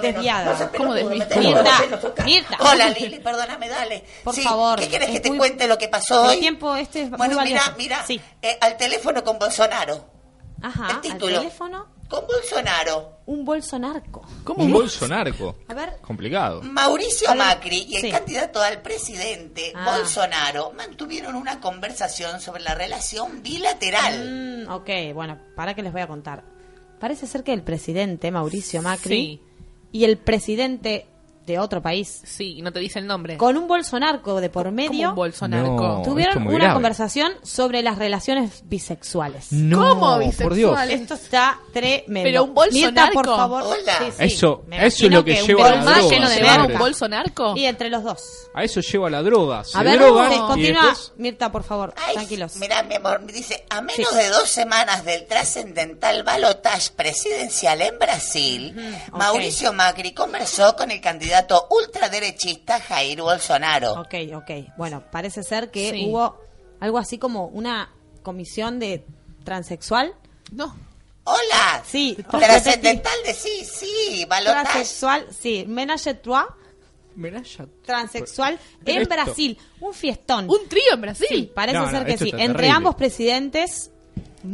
Desviada.
¿Cómo desviada?
Mirta, Mirta.
Hola, Lili, perdóname, dale.
Por
Sí,
favor.
¿Qué querés que
es
te
muy-
cuente lo que pasó
El
hoy?
tiempo este es muy
Bueno,
valioso.
mira, mira, eh, al teléfono con Bolsonaro.
Ajá,
el título.
al teléfono,
Con Bolsonaro.
un bolso narco.
¿Cómo un bolsonarco?
A ver.
Complicado.
Mauricio
Hola.
Macri y el
Sí.
candidato al presidente
Ah.
Bolsonaro mantuvieron una conversación sobre la relación bilateral.
Mm, ok, bueno, para que les voy a contar. Parece ser que el presidente Mauricio Macri y el presidente de otro país,
Sí, no te dice el nombre.
con un bolso narco de por medio,
un bolso narco? No, esto
tuvieron
es
una
muy grave.
conversación sobre las relaciones bisexuales.
No, ¿Cómo por Dios. bisexuales?
Esto está tremendo.
Pero un bolso
Mirta, por
narco.
favor.
Hola.
Sí, sí.
Eso,
Me
eso es
imagino
lo que,
que un
lleva a la
bolso
droga.
lleno de
señores.
barba, un bolso-
narco?
Y entre los dos.
A eso lleva la droga. Se
A ver,
drogan
sí,
y
continúa,
después-
Mirta, por favor, tranquilos.
Mirá, mi amor, me dice, a menos de dos semanas del trascendental balotaje presidencial en Brasil,
ok.
Mauricio Macri conversó con el candidato ultraderechista Jair Bolsonaro.
Ok, ok. Bueno, parece ser que
Sí.
hubo algo así como una comisión de transexual.
No.
Hola.
Sí.
Trascendental de sí, sí, balotaje.
Transexual, sí. Menage à trois,
Medalla.
transexual
Pero
en
esto-
Brasil. Un fiestón.
¿Un trío en Brasil?
Sí, parece
No, no,
ser que
esto
sí.
está
Entre
terrible.
ambos presidentes,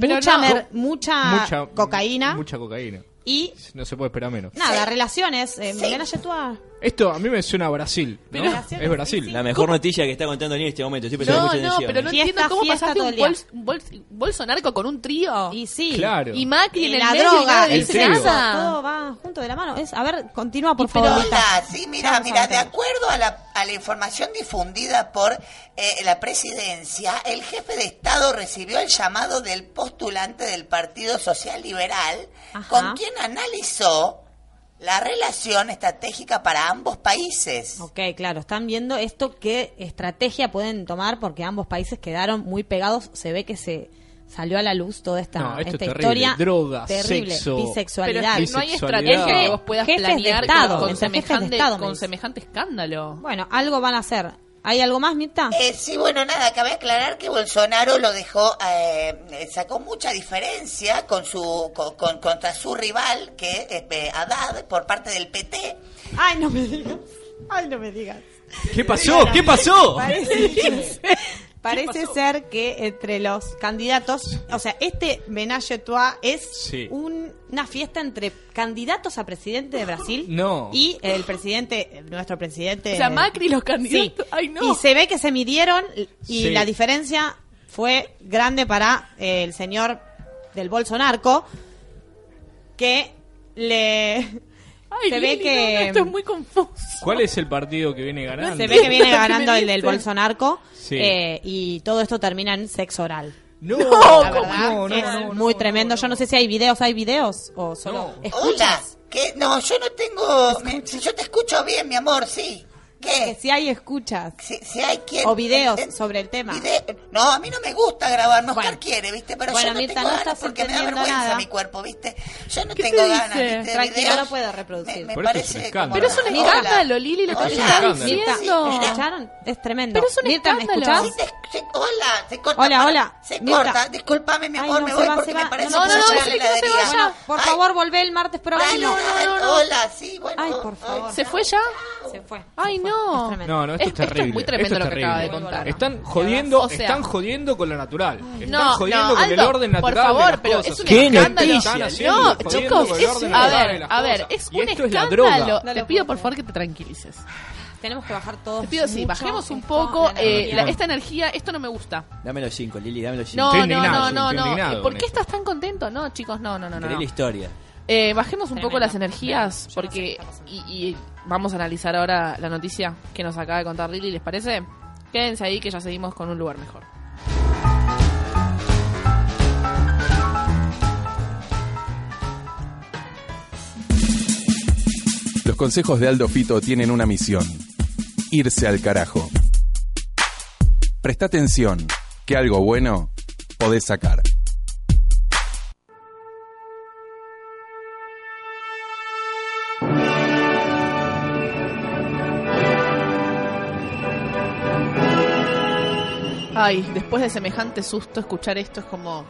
Pero
mucha,
no.
mer- mucha, Ah, cocaína
Mucha cocaína.
y
No se puede esperar menos.
nada, relaciones. Eh, Menage à trois.
Esto a mí me suena a Brasil. ¿no? Es Brasil.
La mejor noticia que está contando en este momento. Siempre
No,
mucha
no,
atención.
pero no
Fiesta,
entiendo cómo
fiesta
pasaste
todo
un,
el día.
bols- un bols- un bolso narco con un trío.
Y sí.
Claro.
Y Macri en
Y
el
la
medio y
droga.
nadie dice
El trío.
nada.
Todo va junto de la mano. Es, a ver, continúa, por
Pero
favor.
hola,
Rita.
sí,
Ya
mira,
vamos
mira,
al
de
tema.
acuerdo a la, a la información difundida por eh, la presidencia, el jefe de Estado recibió el llamado del postulante del Partido Social Liberal,
Ajá.
con quien analizó la relación estratégica para ambos países.
Ok, claro, están viendo esto, qué estrategia pueden tomar, porque ambos países quedaron muy pegados. Se ve que se salió a la luz toda esta,
No, esto
esta
es terrible.
historia.
Droga,
terrible,
sexo.
Pero
bisexualidad.
es que no hay
Bisexualidad.
estrategia que vos puedas
Jefes de
planear
Estado,
con,
entre jefes de
semejante,
Estado, me
con
dice.
semejante escándalo.
Bueno, algo van a hacer. ¿Hay algo más, Mirta?
Eh, sí, bueno, nada, cabe aclarar que Bolsonaro lo dejó, eh, eh, sacó mucha diferencia con su, con, con- contra su rival, que es eh, Haddad, por parte del PT.
Ay, no me digas. Ay, no me digas.
¿Qué pasó? ¿Qué pasó?
Parece, parece ser que entre los candidatos, o sea, este Menage à Trois es
Sí.
un- una fiesta entre candidatos a presidente de Brasil
No.
y el presidente, nuestro presidente.
O sea, Macri y los
Eh, Sí.
candidatos. Ay, no.
Y se ve que se midieron y
Sí.
la diferencia fue grande para eh, el señor del Bolsonaro que le
Ay,
se ve
Lili,
que-
no, no, esto es muy confuso.
¿Cuál es el partido que viene ganando?
se ve que viene
Lo que
ganando
me
el del
dicen.
Bolsonaro
Sí.
eh, y todo esto termina en sexo oral.
No,
La verdad
no, no,
es
no, no,
muy
no,
tremendo. Yo no sé si hay videos, ¿hay videos? O solo
No.
Hola,
escuchas.
que no, yo no tengo, me- yo te escucho bien, mi amor, sí.
Que
¿Qué?
si hay escuchas.
Si, si hay quien
O videos
en- en-
sobre el tema.
vide- no, a mí no me gusta grabar, no
Bueno.
Oscar quiere, ¿viste? Pero
Bueno,
yo no
Mirta,
tengo
no
ganas
estás
porque me da
entendiendo
vergüenza
nada.
mi cuerpo, ¿viste? Yo no
¿Qué te
tengo ganas,
dice?
¿viste? De
Tranquila,
videos.
no puedo reproducir.
Me, me
Por eso es un
parece
escándalo.
como-
Pero es un
Mirta.
escándalo, Lili, lo que
Hola.
te está
Escándalo.
Mirta,
diciendo.
¿Escucharon? Es tremendo.
Pero es un
Mirta, ¿me
escándalo.
escuchás?
Sí, se- se- hola, se corta.
Hola,
para-
hola,
Se
Mirta.
corta, discúlpame, mi
Ay,
amor,
no,
me
se
voy
va,
porque
se va.
me parece
No,
que
no,
se
no,
llena
sí,
la
que no se
heladería.
vaya.
Por
Ay,
favor, volvé el martes
ay,
próximo.
ay, Hola, sí, bueno.
Ay, por favor.
¿Se fue ya?
Se fue.
Ay,
se fue.
no.
Es tremendo.
No, no, esto
Es-
es terrible.
esto es muy tremendo
esto
lo que acaba de
terrible.
contar.
Están jodiendo,
O sea-
están jodiendo con lo natural. Están
No,
jodiendo
no,
con el
Aldo,
orden
por
natural.
favor,
de las
pero
cosas.
es un
¿Qué
escándalo.
noticia?
No,
Haciendo, jodiendo
chicos,
con el
es-
orden
a
natural de
ver,
las
a ver,
cosas.
es
Y
un
esto es la
escándalo.
droga.
No
Te
lo
pido
puedo
por
creer.
favor que te tranquilices.
Tenemos que bajar todos.
Te pido sí,
mucho
bajemos un
esto,
poco
la
eh,
energía.
la- esta energía, esto no me gusta.
Dame los cinco, Lili, dame los cinco.
No,
Estoy
no,
indignado,
no, no,
estoy
no.
indignado
¿Por
con
qué
esto.
estás tan contento? No, chicos, no, no, no, no.
Increíble historia.
Eh, bajemos un poco
Tremendo.
las energías
Yo no sé qué
porque
está pasando.
y, y vamos a analizar ahora la noticia que nos acaba de contar Lili, ¿les parece? Quédense ahí que ya seguimos con un lugar mejor.
consejos de Aldo Fito tienen una misión. Irse al carajo. Presta atención, que algo bueno podés sacar.
Ay, después de semejante susto, escuchar esto es como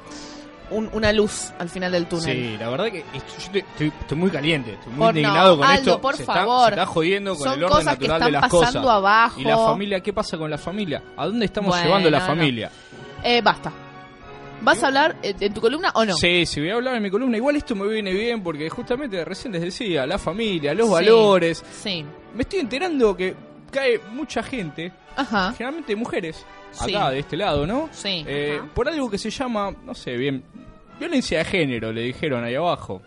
un- una luz al final del túnel.
Sí, la verdad que esto- yo estoy, estoy- estoy muy caliente, estoy muy
Por- no,
indignado con
Aldo,
esto.
por
se está-
favor.
se está jodiendo con
Son
el orden
cosas que
natural de
están
las cosas.
pasando abajo.
Y la familia, ¿qué pasa con la familia? ¿A dónde estamos
Bueno,
llevando la
no.
familia?
Eh, basta. ¿Vas a hablar eh, en tu columna o no?
Sí, sí, voy a hablar en mi columna. Igual esto me viene bien porque justamente recién les decía, la familia, los
Sí,
valores.
Sí.
Me estoy enterando que cae mucha gente, generalmente mujeres,
Ah. Sí.
acá de este lado, ¿no?
Sí.
Eh, por algo que se llama, no sé bien, violencia de género, le dijeron ahí abajo.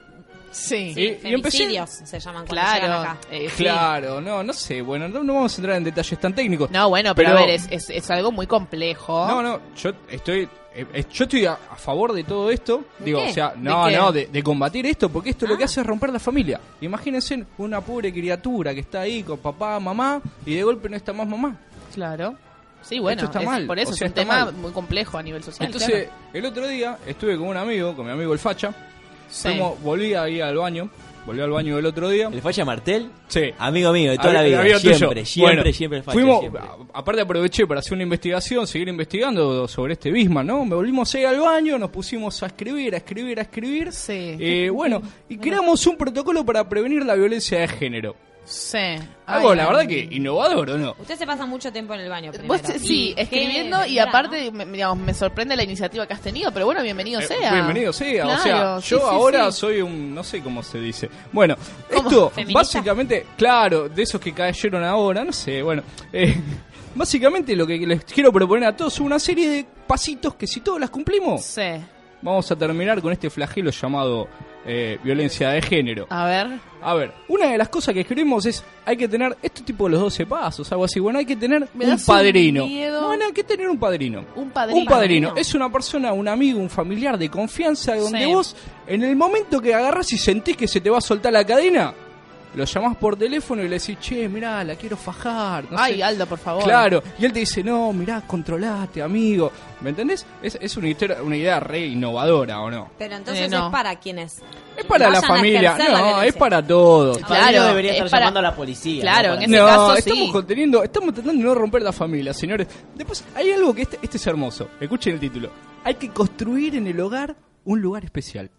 Sí.
Y- y empecé-
Femicidios se llaman cuando llegan
Claro.
acá.
eh, sí.
Claro, no, no sé, bueno, no, no vamos a entrar en detalles tan técnicos.
No, bueno, pero, a ver, es, es- es algo muy complejo.
No, no, yo estoy, eh, eh, yo estoy a, a favor de todo esto. Digo,
qué?
o sea,
¿De
no,
qué? Ah.
no, de, de combatir esto, porque esto lo que hace es romper la familia. Imagínense una pobre criatura que está ahí con papá, mamá, y de golpe no está más mamá.
Claro. Sí, bueno,
Esto está
es-
mal,
por eso
o sea,
es un
está
tema
mal.
muy complejo a nivel social.
Entonces, el otro día estuve con un amigo, con mi amigo el Facha.
Sí.
Fuimos- volví ahí al baño. Volví al baño del otro día. ¿El
Facha Martel?
Sí.
Amigo mío, de toda la
Amigo-
vida.
amigo tuyo.
Siempre, siempre,
Bueno,
siempre el Facha,
Fuimos,
siempre.
a- aparte aproveché para hacer una investigación, seguir investigando sobre este Bismarck, ¿no? Me volvimos ahí al baño, nos pusimos a escribir, a escribir, a escribir.
Sí.
Eh, bueno, y creamos un protocolo para prevenir la violencia de género.
Sí.
Algo,
Ay,
Ah, la
ay.
verdad que innovador, ¿o no?
Usted se pasa mucho tiempo en el baño primero.
Vos, sí,
Y
escribiendo
qué
y aparte, me, digamos, me sorprende la iniciativa que has tenido, pero bueno, bienvenido
Eh,
sea.
Bienvenido sea. o sea,
Claro, sí,
yo
sí,
ahora
sí.
soy un. No sé cómo se dice. Bueno, esto
¿Feminista?
básicamente. Claro, de esos que cayeron ahora, no sé. Bueno, eh, básicamente lo que les quiero proponer a todos es una serie de pasitos que si todos las cumplimos. Vamos a terminar con este flagelo llamado eh, violencia de género.
A ver.
A ver, una de las cosas que escribimos es: hay que tener. Esto tipo de los 12 pasos, algo así. Bueno, hay que tener
Me
un
das un
padrino.
miedo.
bueno, hay que tener un padrino.
Un padrino.
Un padrino. Es una persona, un amigo, un familiar de confianza donde
Sí.
vos, en el momento que agarrás y sentís que se te va a soltar la cadena, lo llamás por teléfono y le decís, che, mirá, la quiero fajar. no
Ay,
sé.
Aldo, por favor.
Claro, y él te dice, no, mirá, controlate, amigo. ¿Me entendés? Es, es una, historia- una idea re innovadora, ¿o no?
Pero entonces
Eh, no.
es para quienes.
Es para la familia, no, es para todos.
Claro, debería estar llamando a la policía. ¿no? Para-
este
No, estamos conteniendo, estamos tratando de no romper la familia, señores. Después hay algo que este, este es hermoso. Escuchen el título. Hay que construir en el hogar un lugar especial.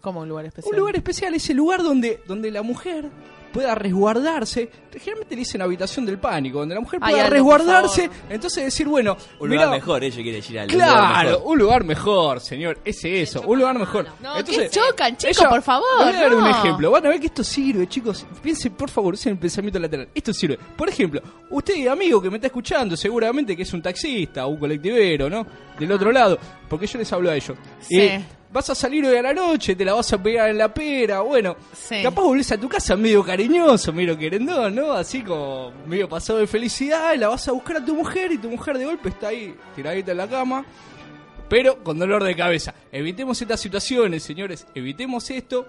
Como un lugar especial.
Un lugar especial es el lugar donde, donde la mujer pueda resguardarse. Generalmente le dicen habitación del pánico, donde la mujer
Ay,
pueda
Aldo,
resguardarse. Entonces decir, bueno,
Un lugar
mirá,
mejor, ellos quiere decir algo. un lugar
Claro,
mejor.
un lugar mejor, señor. Ese eso, un lugar mejor.
No, que chocan, chicos,
ella-
por favor.
les Voy a dar un
no.
ejemplo. Van a ver que esto sirve, chicos. Piensen, por favor, usen el pensamiento lateral. Esto sirve. Por ejemplo, usted, amigo que me está escuchando, seguramente que es un taxista o un colectivero, ¿no? Del otro lado. Porque yo les hablo a ellos. Eh,
Sí.
vas a salir hoy a la noche, te la vas a pegar en la pera. Bueno,
Sí.
capaz volvés a tu casa medio cariñoso, medio querendón, ¿no? Así como medio pasado de felicidad. y La vas a buscar a tu mujer y tu mujer de golpe está ahí, tiradita en la cama pero con dolor de cabeza. Evitemos estas situaciones, señores, evitemos esto.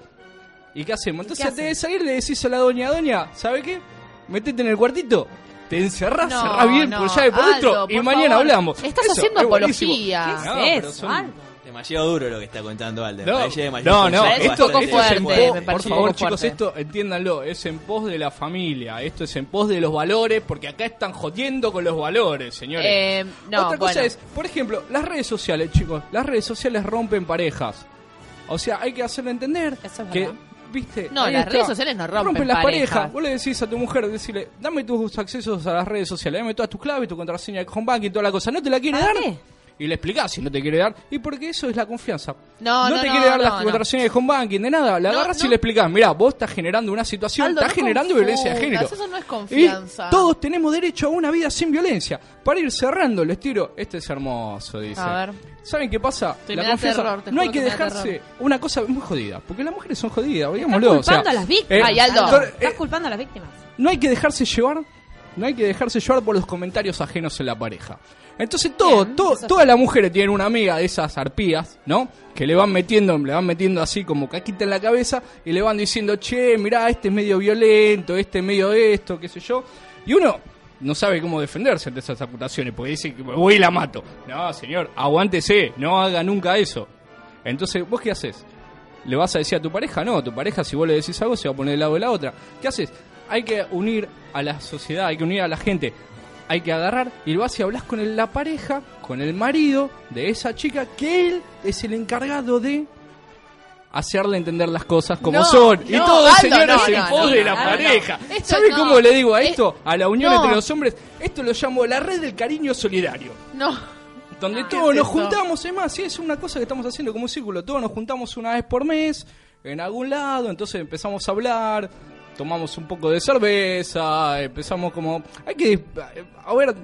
¿Y qué hacemos? Entonces,
qué
antes de salir, le decís a la doña, doña, ¿sabe qué? Metete en el cuartito. Te encerrás,
No,
cerrás bien
no,
por llave por
Aldo,
dentro y
por
mañana
favor.
hablamos.
Estás
Eso
haciendo
es buenísimo.
apología.
No,
¿Qué es
pero
eso,
son-
Aldo?
Demasiado duro lo que está contando Alden.
No,
Parece demasiado
no, no,
concepto,
esto,
bastante
esto es en
fuerte,
pos-
me
por
parece
favor
muy fuerte.
chicos, esto entiéndanlo, es en pos de la familia, esto es en pos de los valores, porque acá están jodiendo con los valores, señores.
Eh, no,
Otra cosa
bueno.
es, por ejemplo, las redes sociales, chicos, las redes sociales rompen parejas. O sea, hay que hacerle entender que, viste,
No,
ahí
las
está,
redes sociales no rompen
las parejas.
parejas.
Vos le decís a tu mujer, decirle, dame tus accesos a las redes sociales, dame todas tus claves, tu contraseña de home banking, toda la cosa, ¿no te la quiere dar? Y le explicás si no te quiere dar, y porque eso es la confianza.
No, no,
te
no,
quiere dar
no,
la
no.
contraseña de home banking, de nada. La agarras y le explicás, mirá, vos estás generando una situación,
Aldo,
estás
no
generando violencia de género.
confundas, Eso no es
Y
confianza.
todos tenemos derecho a una vida sin violencia. Para ir cerrando, les tiro. Este es hermoso, dice.
A ver.
¿Saben qué pasa?
Te me da terror, te
no hay
juro
que
que me da
dejarse
terror.
una cosa muy jodida. Porque las mujeres son jodidas, digámoslo. o sea,
culpando a las víctimas.
eh,
Ay, Aldo.
entonces,
Estás culpando a las víctimas.
no hay que dejarse llevar No hay que dejarse llevar por los comentarios ajenos en la pareja. Entonces todo, todo- todas las mujeres tienen una amiga de esas arpías, ¿no? Que le van metiendo, le van metiendo así como caquita en la cabeza y le van diciendo, che, mirá, este es medio violento, este es medio esto, qué sé yo. Y uno no sabe cómo defenderse ante esas acusaciones, porque dice, que voy y la mato. No, señor, aguántese, no haga nunca eso. Entonces, ¿vos qué haces? ¿Le vas a decir a tu pareja? No, tu pareja si vos le decís algo se va a poner del lado de la otra. ¿Qué haces? Hay que unir a la sociedad, hay que unir a la gente. Hay que agarrar y vas y hablas con el- la pareja, con el marido de esa chica, que él es el encargado de hacerle entender las cosas como
No,
son. y
no,
todo,
Aldo,
señores,
no,
en
no,
pos
no,
de la
Aldo,
pareja.
no. Esto
¿Sabe
no.
cómo le digo a
Es-
esto? A la unión
no.
entre los hombres. Esto lo llamo la red del cariño solidario.
No.
Donde
Ah,
todos
¿qué es
nos
eso?
juntamos, es más, sí, es una cosa que estamos haciendo como un círculo, todos nos juntamos una vez por mes, en algún lado, entonces empezamos a hablar, tomamos un poco de cerveza, empezamos como... Hay que... A ver...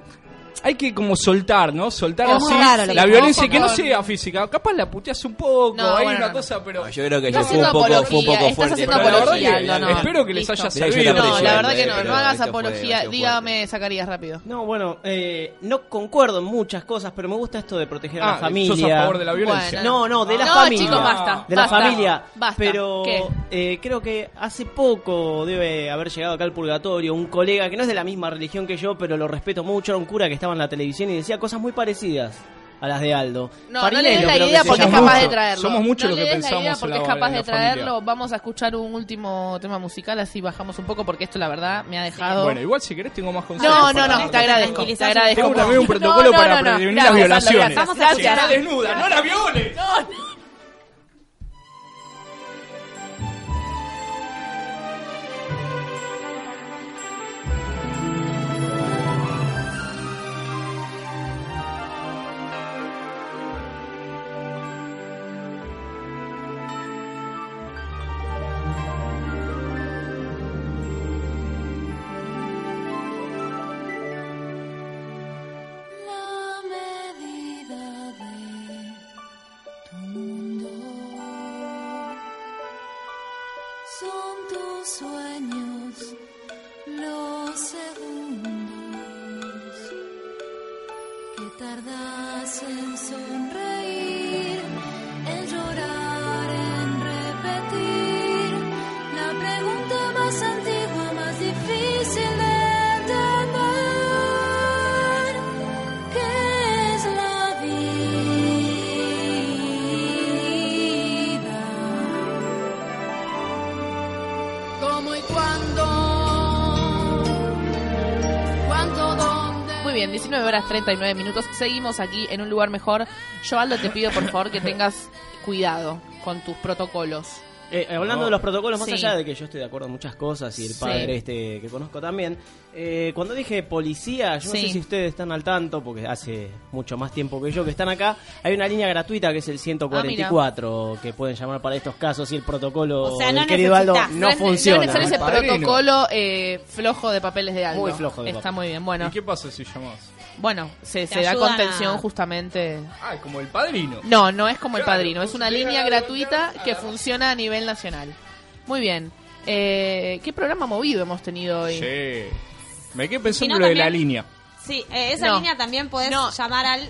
Hay que como soltar, ¿no? Soltar
Es
así
muy raro lo que
la
estamos
violencia y que no
hablando.
sea física. Capaz la puteas un poco,
No,
hay
bueno,
una
no,
cosa, pero...
Yo creo que
Estás
yo fue un
haciendo
poco, fue un
apología,
poco
estás
fuerte.
haciendo
pero la verdad
apología,
que-
Aldo, no. Espero que les Listo. haya
Mirá, yo
servido.
tampoco
No,
soy
la
Aldo,
verdad que
eh,
no,
pero
No hagas
esto fue-
apología, dígame, Zacarías, rápido.
No, bueno, eh, no concuerdo en muchas cosas, pero me gusta esto de proteger a
Ah,
la familia.
¿sos a favor de la violencia?
No, no, de la
No,
familia.
chicos, basta,
De la
basta,
familia.
basta.
Pero
¿Qué?
eh, creo que hace poco debe haber llegado acá al purgatorio un colega que no es de la misma religión que yo, pero lo respeto mucho, era un cura que estaba en la televisión y decía cosas muy parecidas a las de Aldo.
No, no
Farinello,
le des la
creo que
idea
se
porque es
llama.
capaz de traerlo.
Somos muchos
no
los que
le des la idea
pensamos
porque
en
es
la-
capaz
en
de
la familia.
traerlo. Vamos a escuchar un último tema musical, así bajamos un poco porque esto la verdad me ha dejado...
Bueno, igual si querés tengo más consejos.
No, no,
para-
este
no, te agradezco, te agradezco.
Tengo también un
No,
protocolo
no,
para
no, no.
prevenir las
Gracias, Aldo,
violaciones.
gracias. Vamos a
Si está
escuchar.
desnuda, no la violes.
La medida de tu mundo son tus sueños, los segundos que tardas en sonreír, en llorar, en repetir la pregunta más antigua, más difícil de entender. ¿Qué es la vida? ¿Cómo y cuándo? ¿Cuánto, dónde?
Muy bien, 19 horas 39 minutos. Seguimos aquí en un lugar mejor. Yo, Aldo, te pido por favor que tengas cuidado con tus protocolos.
Eh, eh, hablando de los protocolos, más
Sí.
allá de que yo estoy de acuerdo en muchas cosas y el
Sí.
padre este que conozco también, eh, cuando dije policía, yo no
Sí.
sé si ustedes están al tanto, porque hace mucho más tiempo que yo que están acá, hay una línea gratuita que
Ah,
es el 144 que pueden llamar para estos casos y el protocolo
O sea,
del
no
querido Aldo
necesitas.
no,
No es- no
funciona.
No es necesario ese
Padrino.
protocolo eh, flojo de papeles de Aldo.
Muy flojo de
Está
papel.
muy bien, bueno.
¿Y qué pasa si llamás?
Bueno, se,
Te
se da
ayudan
contención
a-
justamente.
Ah, como el padrino.
No, no es como el
Claro,
padrino, es
pues
una
llega
línea
a
gratuita que funciona a nivel nacional. Muy bien. Eh, ¿Qué programa movido hemos tenido hoy?
Sí. Me quedé pensando
Si no,
en lo de la
también-
línea.
Sí, eh, esa
No.
línea también podés llamar al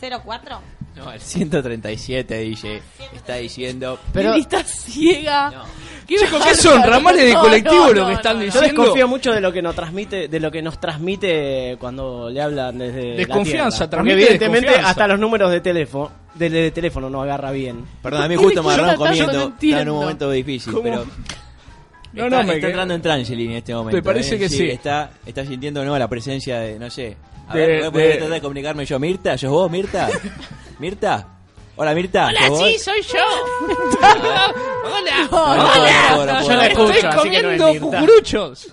704.
No, el 137 DJ está diciendo.
Pero está ciega.
Chicos, ¿qué son? ¿Ramales de colectivo lo que están
Yo
diciendo?
desconfío mucho de lo que nos transmite, de lo que nos transmite cuando le hablan desde la tierra.
Desconfianza,
Porque
transmite
evidentemente
desconfianza.
hasta los números de teléfono, de, de teléfono no agarra bien.
Perdón, a mí justo me agarraron comiendo. estaba en
entiendo.
un momento difícil,
¿Cómo?
pero.
No,
está,
no, me
está
quedé-
entrando en trance Lini, en este momento.
Me parece
¿eh?
que sí.
Está, está sintiendo no la presencia de, no sé. A
De-
ver, voy a poder
de-
tratar de comunicarme yo. Mirta, ¿sos vos, Mirta? ¿Mirta? Hola, Mirta.
Hola,
¿sos vos?
sí, soy yo. Hola.
No, no puedo, no puedo, no
Hola.
puedo. Yo la escucho,
Estoy
así que no es
comiendo
Mirta.
cucuruchos.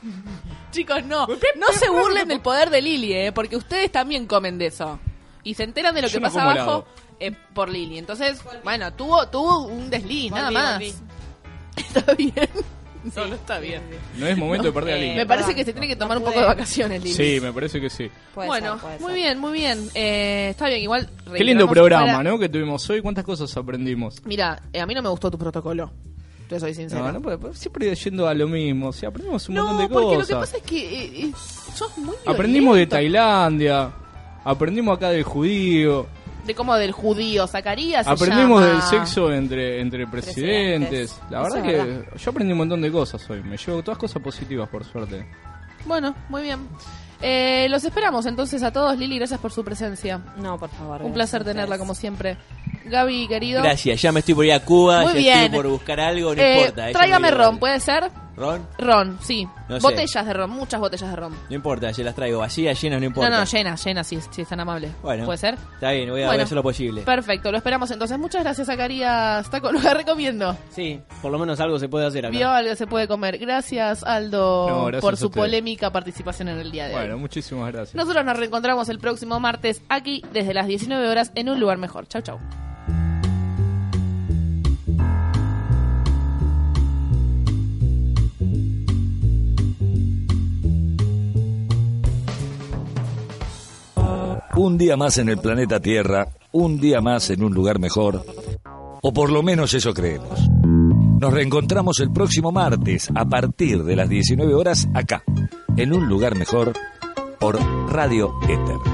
Chicos, no. No se burlen del poder de Lili, eh, porque ustedes también comen de eso. Y se enteran de lo
Yo
que
no
pasa
como
abajo eh, por Lili. Entonces, bueno, tuvo, tuvo un desliz, nada
Volví,
más.
volví.
No, no está bien.
No es momento de perder la línea.
Eh, Me
Ah,
parece que se tiene que tomar un poco de vacaciones, Lili.
Sí, me parece que sí.
bueno, muy bien, muy bien. Eh, está bien, igual.
Qué lindo
reiteramos
programa,
para-
¿no? Que tuvimos hoy. ¿Cuántas cosas aprendimos?
Mira, eh, a mí no me gustó tu protocolo. Te soy sincera.
No, no puede- pero siempre yendo a lo mismo. O sea, aprendimos un montón de
porque lo
cosas.
que pasa es que eh, eh, sos muy
aprendimos de
violento.
Tailandia. Aprendimos acá del judío.
De cómo del judío Zacarías. se
Aprendimos
llama.
del sexo entre, entre presidentes.
Presidentes.
La verdad
Eso
que
es verdad.
yo aprendí un montón de cosas hoy. Me llevo todas cosas positivas, por suerte.
Bueno, muy bien. Eh, los esperamos entonces a todos. Lili, gracias por su presencia. No, por favor.
gracias
Un placer
a ustedes.
tenerla como siempre. Gaby, querido.
Gracias, ya me estoy por ir a Cuba, ya
Muy bien.
estoy por buscar algo, no
Eh,
importa. eh, ya
tráigame
me voy.
ron, pues. ¿puede ser?
¿Ron?
Ron, sí.
No sé.
botellas de ron, muchas botellas de ron.
No importa, ya las traigo vacías, llenas, no importa.
No, no, llena, llena, si, si es tan amable.
Bueno.
¿Puede ser?
Está bien, voy a, voy
Bueno.
a hacer lo posible.
Perfecto, lo esperamos entonces. Muchas gracias, Zacarías. Taco, lo recomiendo.
Sí, por lo menos algo se puede hacer acá.
Vio algo se puede comer. Gracias, Aldo,
No, gracias
por
a
su
ustedes.
polémica participación en el día de
Bueno,
hoy.
muchísimas gracias.
Nosotros nos reencontramos el próximo martes aquí desde las 19 horas en un lugar mejor. Chau, chau.
Un día más en el planeta Tierra, un día más en un lugar mejor, o por lo menos eso creemos. Nos reencontramos el próximo martes a partir de las 19 horas acá, en un lugar mejor, por Radio Éter.